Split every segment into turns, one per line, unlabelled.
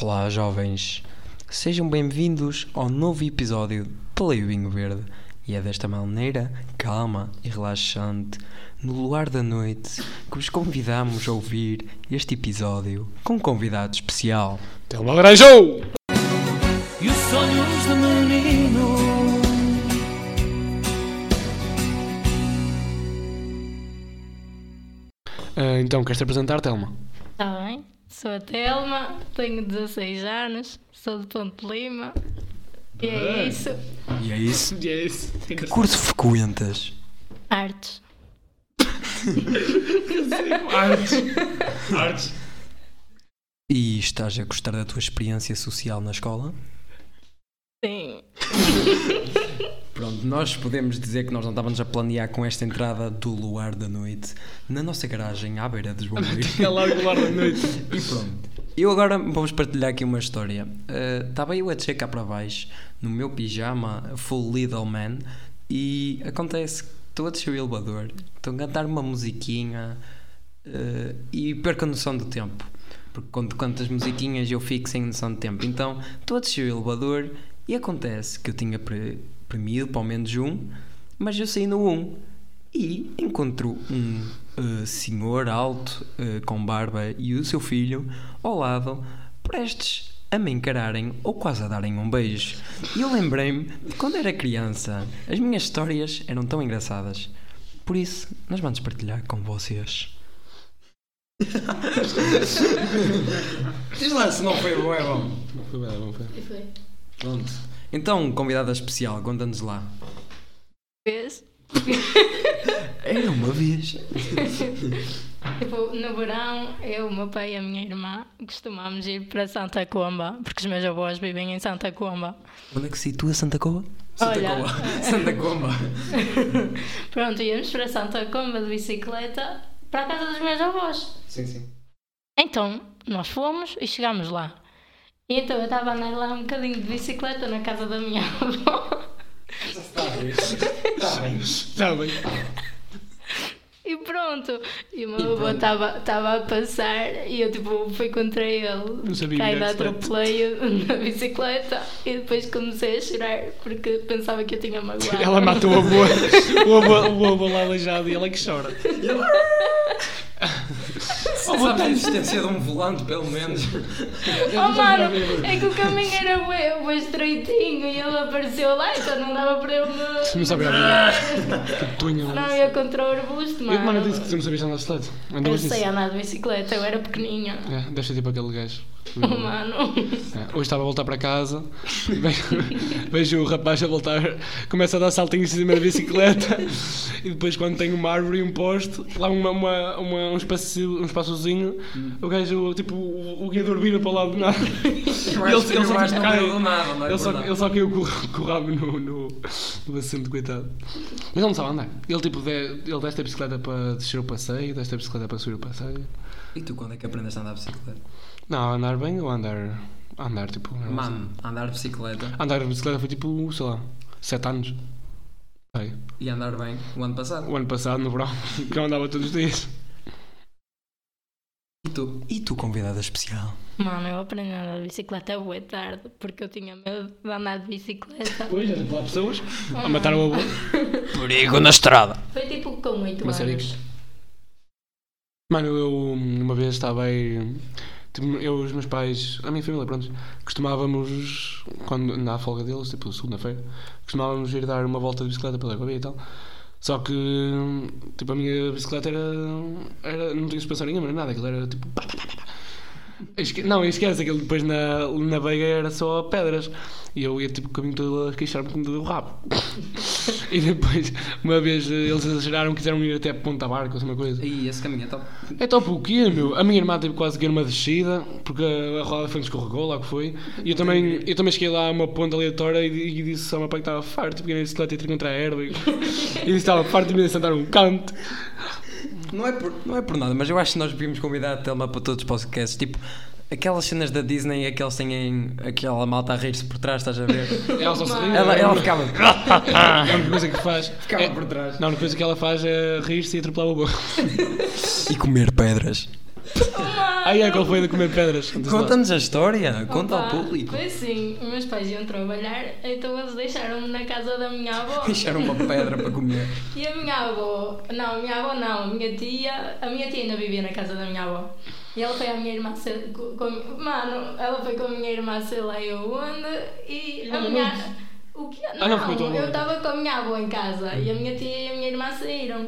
Olá, jovens. Sejam bem-vindos ao novo episódio de Play o Vinho Verde. E é desta maneira calma e relaxante, no luar da noite, que vos convidamos a ouvir este episódio com um convidado especial.
Telmo Laranjou!
e os sonhos do menino.
Ah, então, queres-te apresentar, Telma?
Está Tá bem? Sou a Telma, tenho 16 anos, sou de Ponte Lima. E é isso.
E é isso.
Yes.
Que curso frequentas?
Artes.
Artes. Artes.
E estás a gostar da tua experiência social na escola?
Sim.
Pronto, nós podemos dizer que nós não estávamos a planear com esta entrada do luar da noite na nossa garagem à beira dos bombeiros.
É logo lá da noite.
E pronto. Eu agora vou-vos partilhar aqui uma história. Eh, Estava eu a descer cá para baixo, no meu pijama, full Little Man, e acontece que estou a descer o elevador, estou a cantar uma musiquinha eh, e perco a noção do tempo. Porque quando canto as musiquinhas eu fico sem noção de tempo. Então estou a descer o elevador e acontece que eu tinha pre- premido para ao menos um, mas eu saí no um e encontro um eh, senhor alto eh, com barba e o seu filho ao lado, prestes a me encararem ou quase a darem um beijo. E eu lembrei-me de quando era criança, as minhas histórias eram tão engraçadas. Por isso, nós vamos partilhar com vocês. Diz lá se não foi bom, é bom.
Foi bem, bom, foi.
Pronto. Então, convidada especial, conta-nos lá.
Vês?
Era É, uma vez.
Tipo, no verão, eu, o meu pai e a minha irmã costumámos ir para Santa Comba, porque os meus avós vivem em Santa Comba.
Onde é que se situa Santa Coa?
Olha.
Santa Comba.
Pronto, íamos para Santa Comba de bicicleta para a casa dos meus avós.
Sim, sim.
Então, nós fomos e chegámos lá. E então eu estava a andar lá um bocadinho de bicicleta na casa da minha avó.
Está Tá bem.
E pronto. E o meu avô estava a passar e eu tipo fui contra ele.
Não sabia é
Caí
virar
da
bicicleta.
atropelei na bicicleta e depois comecei a chorar porque pensava que eu tinha magoado.
Ela mata o avô. O avô, o avô lá aleijado e ela é que chora.
Sabe a existência de um volante, pelo menos.
Oh mano, é que o caminho era bué, bué estreitinho e ele apareceu lá, então não dava para eu
Tu
me.
não sabes a Que tunha.
Não ia contra o arbusto,
Eu, mano, eu disse
mano.
que tu não sabias andar de sled.
Eu
Andavas nisso.
sei andar de bicicleta, eu era pequenininha.
É, deve ser tipo aquele gajo.
Oh, mano.
É, Hoje estava a voltar para casa, vejo, vejo o rapaz a voltar, começa a dar saltinhos em cima da bicicleta e depois quando tem uma árvore e um poste, lá uma, uma- uma- um, espaço, um espaçozinho, o gajo, tipo, o, o guiador vira para o lado do nada. Ele- ele só
mais
cai-
do nada, não é
Ele só,
verdade?
ele só caiu com, o- com o rabo no, no, no assento, coitado. Mas ele não sabe andar. Ele, tipo, de, ele desta a bicicleta para descer o passeio, desta a bicicleta para subir o passeio.
E tu quando é que aprendeste a andar de bicicleta?
Não, andar bem ou andar, andar tipo... não sei.
Mano, andar de bicicleta
Andar de bicicleta foi tipo, sei lá, 7 anos. Sei.
e andar bem o ano passado.
O ano passado, no verão, que eu andava todos os dias.
E tu, e tu convidada especial?
Mano, eu aprendi a andar de bicicleta bué tarde, porque eu tinha medo de andar de bicicleta.
Pois, era para pessoas. A matar o avô.
Perigo na estrada.
Foi tipo com 8
Mas sério?
anos.
Mano, eu uma vez estava aí. Tipo, eu os meus pais, a minha família, pronto, costumávamos, quando, na folga deles, tipo segunda-feira, costumávamos ir dar uma volta de bicicleta pela Gabia e tal. Só que, tipo, a minha bicicleta era. era não tinha suspensão nenhuma, nem nada, aquilo era tipo. pá, pá, pá, pá, pá. Esque- não, esquece, aquilo depois na, na veiga era só pedras. E eu ia tipo o caminho todo a queixar-me do rabo. e depois, uma vez, eh, eles exageraram, quiseram ir até Ponta Barca ou assim, uma coisa.
E esse caminho é top.
É top o quê, meu? A minha irmã teve quase que uma descida, porque a roda foi um escorregou lá o que foi. E eu também, eu também cheguei lá a uma ponta aleatória e, e disse ao meu pai que estava farto, porque na bicicleta ia ter que encontrar a erva. E, e disse que estava farto e me ia sentar um canto.
Não é, por, não é por nada, mas eu acho que nós devíamos convidar a Telma para todos os podcasts. Tipo, aquelas cenas da Disney, aqueles têm aquela malta a rir-se por trás, estás a ver?
Ela só se ri.
ela, ela ficava.
A única coisa que faz.
Ficava
é-
por trás.
Não, a única coisa que ela faz é rir-se e atropelar o burro.
E comer pedras.
Oh, mano!
Ai, é qual foi de comer pedras? Diz lá.
Conta-nos a história, conta
Opa,
ao público.
Foi assim, os meus pais iam trabalhar, então eles deixaram-me na casa da minha avó.
Deixaram uma pedra para comer.
E a minha avó, não, a minha avó não, a minha tia, a minha tia ainda vivia na casa da minha avó. E ela foi à minha irmã, sei- com, com- mano, ela foi com a minha irmã, sei lá eu onde, e a minha. O que?
Ah, não, ficou tua
Não,
avó.
eu estava com a minha avó em casa e a minha tia e a minha irmã saíram.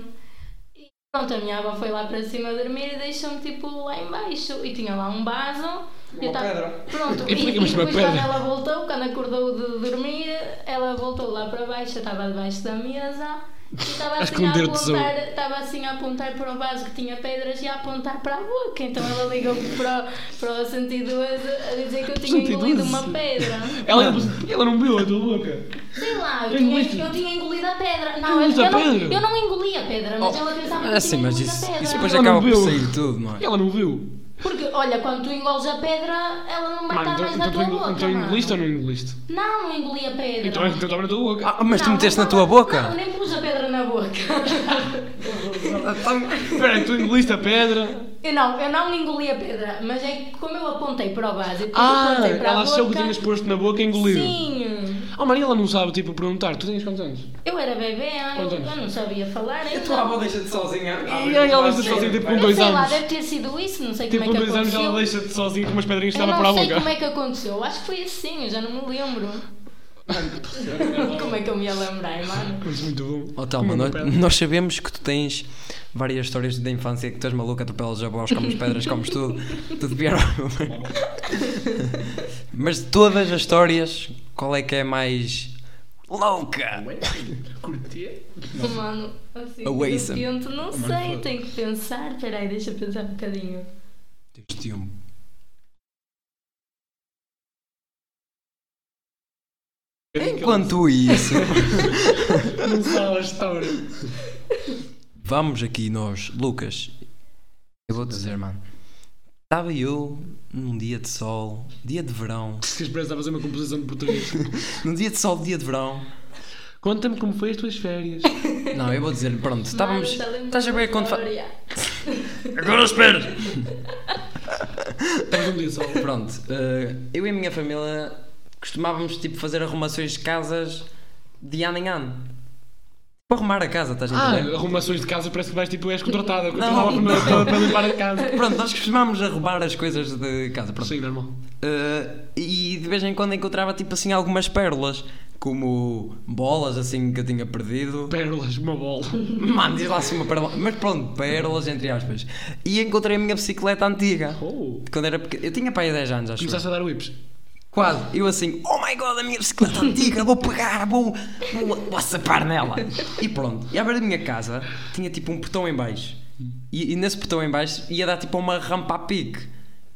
E pronto, a minha avó foi lá para cima dormir e deixou-me tipo lá embaixo. E tinha lá um vaso. e eu tava-
Tipo pedra.
Pronto,
E
e, e
punhamos uma
depois quando
pedra.
ela voltou, quando acordou de dormir, ela voltou lá para baixo, eu estava debaixo da mesa e estava
um
A
assim, a
esconder o
apontar,
tesouro.
estava assim a apontar para o vaso que tinha pedras e a apontar para a boca. Então ela ligou para, o- para o 112 a dizer que eu tinha
112?
engolido uma pedra.
Ela, ela não bebeu a tua boca.
Sei lá, eu tinha,
Engoliste?
eu tinha engolido a pedra. Não, eu,
Engoliste a
eu não,
pedra?
eu não engoli a pedra, mas
Oh,
ela pensava que
É
eu
assim,
tinha
mas
engolido
isso,
a pedra.
isso depois
Ela não
acaba por
viu.
sair tudo, não é?
Ela não viu.
Porque, olha, quando tu engoles a pedra, ela não vai estar tá mais na
então,
tua
tu-
boca.
então
mano.
engoliste ou não engoliste?
Não, não engoli a pedra.
Então então estava na tua boca.
Ah, é- mas tu
Não,
meteste
não
na tua
tava- Não,
boca?
nem pus a pedra na boca.
Ah, tá.
Espera, aí, tu engoliste a pedra.
eu, não, eu não engoli a pedra, mas é que como eu apontei para o base, depois
Ah,
apontei para
ela
a
achou que
boca-
tinhas posto na boca e engolido.
Sim,
Oh, Maria, ela não sabe, tipo, perguntar. Tu tens quantos anos?
eu era bebê, ah, eu,
Quantos anos?
eu não sabia falar. então-
deixa-te sozinha.
é. E aí ela deixa sozinha, tipo, com
Ah, Não
dois
sei lá,
anos.
deve ter sido isso, não sei
Tipo,
como
com
é que
dois anos
aconteceu.
ela deixa-te sozinha com umas pedrinhas que
eu
estava
não
para a
sei
boca.
como é que aconteceu, acho que foi assim, eu já não me lembro. como é que eu me ia lembrar, mano?
Mas muito bom.
Oh, Telma,
Como uma
nós,
pedra.
nós sabemos que tu tens várias histórias da infância que tu és maluca, atropelas jabós, comes pedras, comes tudo, tudo pior. Mas de todas as histórias, qual é que é mais louca?
Curti?
Mano, assim,
A
de
Waze.
repente, não sei, tenho que pensar. Peraí, deixa eu pensar um bocadinho.
Tens tempo. Enquanto isso,
Não sabe a história.
vamos aqui nós, Lucas. Eu vou dizer, mano. Estava eu num dia de sol, dia de verão.
Se queres parece a fazer uma composição de português.
Num dia de sol, dia de verão.
Conta-me como foi as tuas férias.
Não, eu vou dizer, pronto,
Tá
estávamos.
Mano, já lembro
Estás a
da
ver quando. fa-
história.
Agora espera! Estás um dia só.
Pronto, eh, eu e a minha família costumávamos tipo fazer arrumações de casas de ano em ano. Para arrumar a casa, estás a
Ah,
entender?
arrumações de casa parece que vais tipo és contratada.
Não.
Não, não, não. Toda para limpar a casa.
Pronto, nós costumávamos arrumar as coisas de casa. Pronto.
Sim, normal.
Eh, e de vez em quando encontrava tipo assim algumas pérolas, como bolas assim que eu tinha perdido.
Pérolas, uma bola.
Mano, diz lá assim uma pérola. Mas pronto, pérolas entre aspas. E encontrei a minha bicicleta antiga.
Oh.
Quando era pequeno. Eu tinha para aí 10 anos, acho. eu.
Começaste a dar whips.
Quase. Eu assim, oh my god, a minha bicicleta antiga, vou pegar, vou, vou, vou sapar nela. E pronto. E à beira da minha casa tinha tipo um portão em baixo. E, e nesse portão em baixo ia dar tipo uma rampa a pique.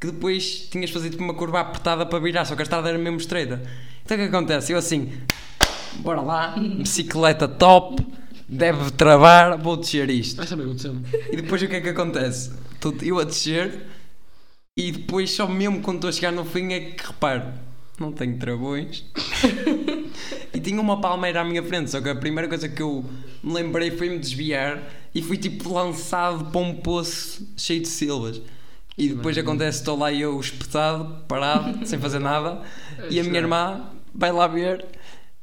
Que depois tinhas de fazer tipo uma curva apertada para virar, só que a estrada era mesmo estreita. Então o que acontece? Eu assim, bora lá, bicicleta top, deve travar, vou descer isto.
Mas também aconteceu-me.
E depois o que é que acontece? Estou eu a descer e depois só mesmo quando estou a chegar no fim é que reparo. Não tenho travões. e tinha uma palmeira à minha frente, só que a primeira coisa que eu me lembrei foi me desviar e fui tipo lançado para um poço cheio de silvas. E depois acontece, estou lá eu espetado, parado, sem fazer nada, e a minha irmã vai lá ver.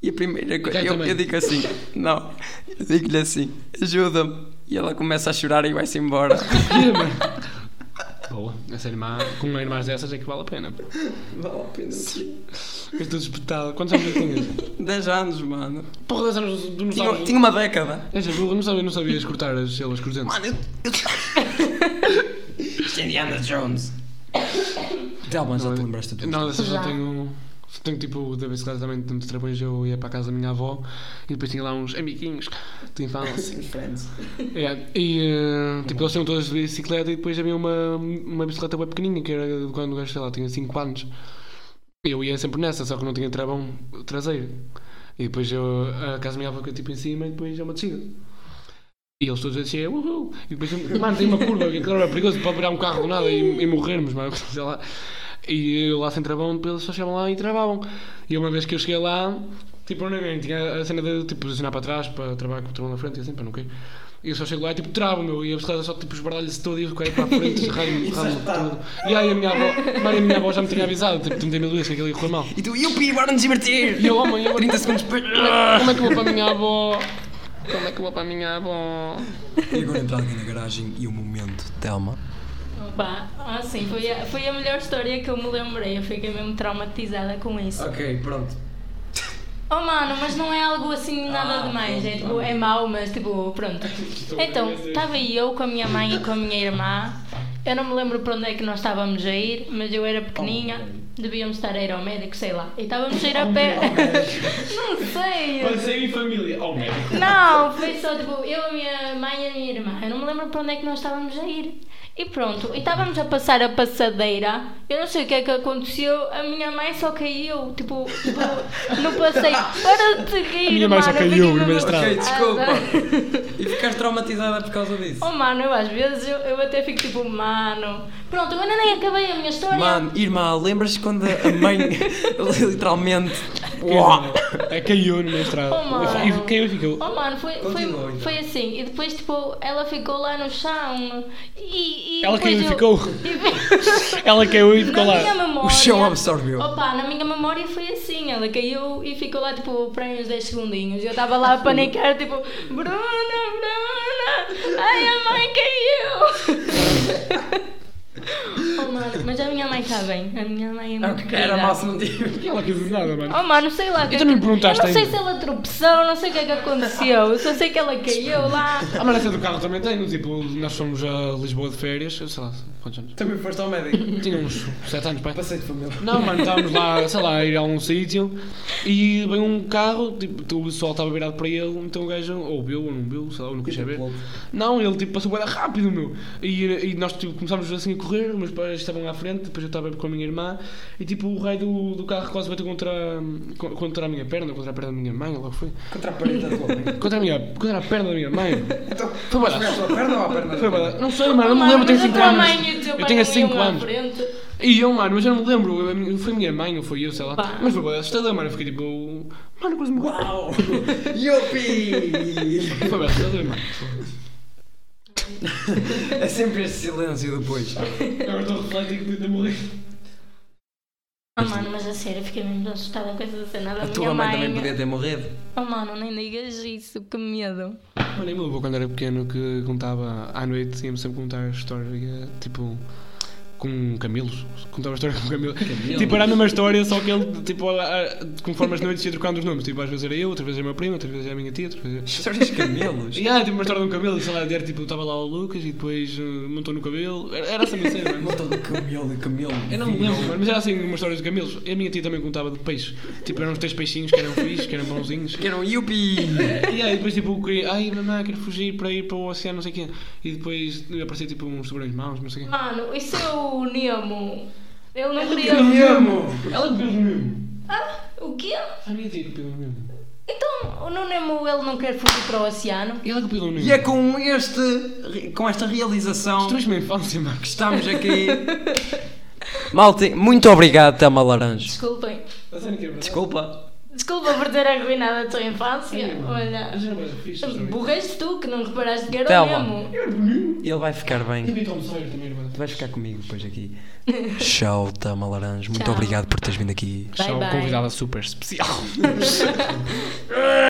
E a primeira coisa,
Quem
eu,
também?
eu digo assim, não, eu digo-lhe assim, ajuda-me. E ela começa a chorar e vai-se embora.
Ih, mano. Boa. Essa irmã, com uma irmã dessas é que vale a pena. pô.
Vale a pena, sim.
Eu estou espetado. Quantos anos é que tinhas?
10 anos, mano.
Porra, 10 anos tu não
Tinha,
sabes.
tinha uma década.
És a burra, não sabias, não sabias cortar as células com os dentes.
Mano, eu. Isto é Indiana Jones. Telma, Tá já te lembraste tudo.
Não, dessas já
Já.
tenho. Tenho tipo, da bicicleta também, tanto de trapões, eu ia para a casa da minha avó e depois tinha lá uns amiguinhos de infância.
Friends.
É, e eh, tipo, eles tinham todas de bicicleta e depois havia uma, uma bicicleta bem pequenininha que era de quando o gajo, sei lá, tinha 5 anos. Eu ia sempre nessa, só que não tinha travão traseiro. E depois eu, a casa da minha avó ficou tipo em cima e depois é uma descida. E eles todos a descer, uhul! E depois, mano, tem uma curva, que claro, era perigoso, pode virar um carro ou nada e, e morrermos, mano, sei lá. E eu lá sem travão, depois eles só chegavam lá e travavam. E uma vez que eu cheguei lá, tipo, eu nem tinha a cena de tipo, posicionar para trás, para travar com o travão na frente e assim, para não cair. E eu só chego lá e tipo trava, meu, e a bicicleta só tipo esbaralha-se toda e eu caio para a frente, ramo,
é
ramo tudo. E aí a minha avó, mas a minha avó já me tinha avisado, tipo, tu me mil vezes que aquilo ia correr mal.
E tu, yupi, bora nos divertir!
E eu, oh mãe, eu
30 segundos depois.
como é que eu vou para a minha avó? Como é que eu vou para a minha avó?
E agora entra alguém na garagem e o momento, Telma.
Opa, assim, foi a, foi a melhor história que eu me lembrei. Eu fiquei mesmo traumatizada com isso.
Ok, pronto.
Oh mano, mas não é algo assim nada
Ah,
demais.
pronto,
é, tipo, é mau, mas tipo, pronto. Então, estava eu com a minha mãe e com a minha irmã. Eu não me lembro para onde é que nós estávamos a ir, mas eu era pequeninha. Devíamos estar a ir ao médico, sei lá. E estávamos a ir a pé. não sei.
Passei em família. Oh, merda.
Não, foi só tipo eu, a minha mãe e a minha irmã. Eu não me lembro para onde é que nós estávamos a ir. E pronto, e estávamos a passar a passadeira. Eu não sei o que é que aconteceu. A minha mãe só caiu, tipo, tipo no passeio. Para de cair,
minha mãe só
mano, eu
caiu
fiquei
no meio
mesmo
da
Ok,
chocada.
desculpa. E ficaste traumatizada por causa disso.
Oh mano, eu às vezes eu, eu até fico tipo, mano. Pronto, eu ainda nem acabei a minha história.
Mano, irmã, lembras-te quando a mãe literalmente. Uau!
É caiu na minha estrada.
Oh, mano.
E caiu e ficou.
Oh mano, foi, foi,
Continua, então.
foi assim. E depois, tipo, ela ficou lá no chão. E, e
Ela
depois
caiu e
eu-
ficou.
e-
Ela caiu e ficou
na minha
lá.
memória.
O chão absorveu.
Opa, na minha memória foi assim. Ela caiu e ficou lá, tipo, para aí uns 10 segundinhos. Eu estava lá a panicar, tipo, Bruna, Bruna, ai a mãe caiu. oh mano, mas a minha mãe está bem. A minha mãe é muito
Ah, Era
querida.
mal se não tive.
Ela caiu de nada, mano.
Oh mano, sei lá. o que
tu
é
não
que-
me perguntaste
Eu não sei
ainda.
se ela tropeçou, não sei o que é que aconteceu. Eu só sei que ela caiu lá.
A maneta do carro também tem, tipo, nós fomos a Lisboa de férias, eu sei lá, quantos anos?
Também foste ao médico.
Tinha uns 7 anos, pai.
Passei de família.
Não, mano, estávamos lá, sei lá, a ir a algum sítio e veio um carro, tipo, o sol estava virado para ele, então o gajo ou bebeu ou não bebeu, sei lá, eu não quis saber. Não, ele tipo passou bem rápido, meu. E, e nós tipo, começámos assim a correr, os meus pais estavam à frente, depois eu estava com a minha irmã e tipo o raio do, do carro quase bateu contra, contra a minha perna, contra a perna da minha mãe, logo foi.
Contra a parede da tua mãe.
Contra a minha, contra a perna da minha mãe.
Então,
Foi
foi
badass.
a tua perna ou a perna
Foi
da tua
badass.
mãe?
Não sei, mano,
Oh,
não me
mano,
lembro,
mas
tenho 5
a tua
anos.
mãe e o teu
Eu
pai
tenho
não iam
5
à
anos.
frente.
E eu, mano, mas eu não me lembro, eu- foi minha mãe ou foi eu, sei lá.
Pá.
Mas foi bué assustador, mano, eu fiquei tipo, mano, quase morri.
Uau! Yupi!
Foi bué assustador, mano.
É sempre este silêncio depois.
Agora estou a refletir que ainda morri.
Oh mano, mas a sério, fiquei mesmo assustada com essa cena da
A
minha
tua mãe
mãe.
também podia ter morrido.
Oh mano, nem digas isso, que medo.
Mano, eu me lembro quando era pequeno que contava à noite, ia-me sempre contar a história, tipo, com camelos. Contava a história com camelos. Tipo, era a mesma história, só que ele, tipo, a- a- conforme as noites ia trocando os nomes. Tipo, às vezes era eu, outras vezes era meu primo, outras vezes era a minha tia, outras vezes era...
Histórias de camelos.
E ah, tipo, uma história de um cabelo, sei lá, era, tipo, estava lá o Lucas e depois eh, montou no cabelo. Era, era assim, não sei, mano.
Montou de camelo e camelo.
Eu não me lembro, mano, mas era assim uma história de camelos. E a minha tia também contava de peixe. Tipo, eram uns três peixinhos que eram fixos, que eram bonzinhos.
Que era um yupi!
E aí depois tipo, que- ai mamãe, quero fugir para ir para o oceano, não sei o quê. E depois aparecia tipo uns tubarões maus, não sei o quê.
Mano, isso é o Nemo. Ele não queria.
Ela é bebeu no mesmo.
Ah, o quê?
A minha tia é bebeu no mesmo.
Então, no Nemo ele não quer fugir para o oceano?
E ela que bebeu no mesmo.
E é com este. com esta realização
Destruíste uma infância, mano.
que estamos aqui. Malte, muito obrigado, Tama Laranjo.
Desculpem.
A cena que é verdade.
Desculpa.
Desculpa por ter arruinado a tua infância. Olha.
Mas era mais fixe, é? esta vez.
Burraste tu que não reparaste que era
Thelma.
o Nemo.
Ele vai ficar
E
bem.
vi Tom Sawyer também, irmão.
Vais ficar comigo depois aqui. Tchau, Tama Laranjo. Muito
Tchau.
obrigado por teres vindo aqui.
Bye, bye.
super especial.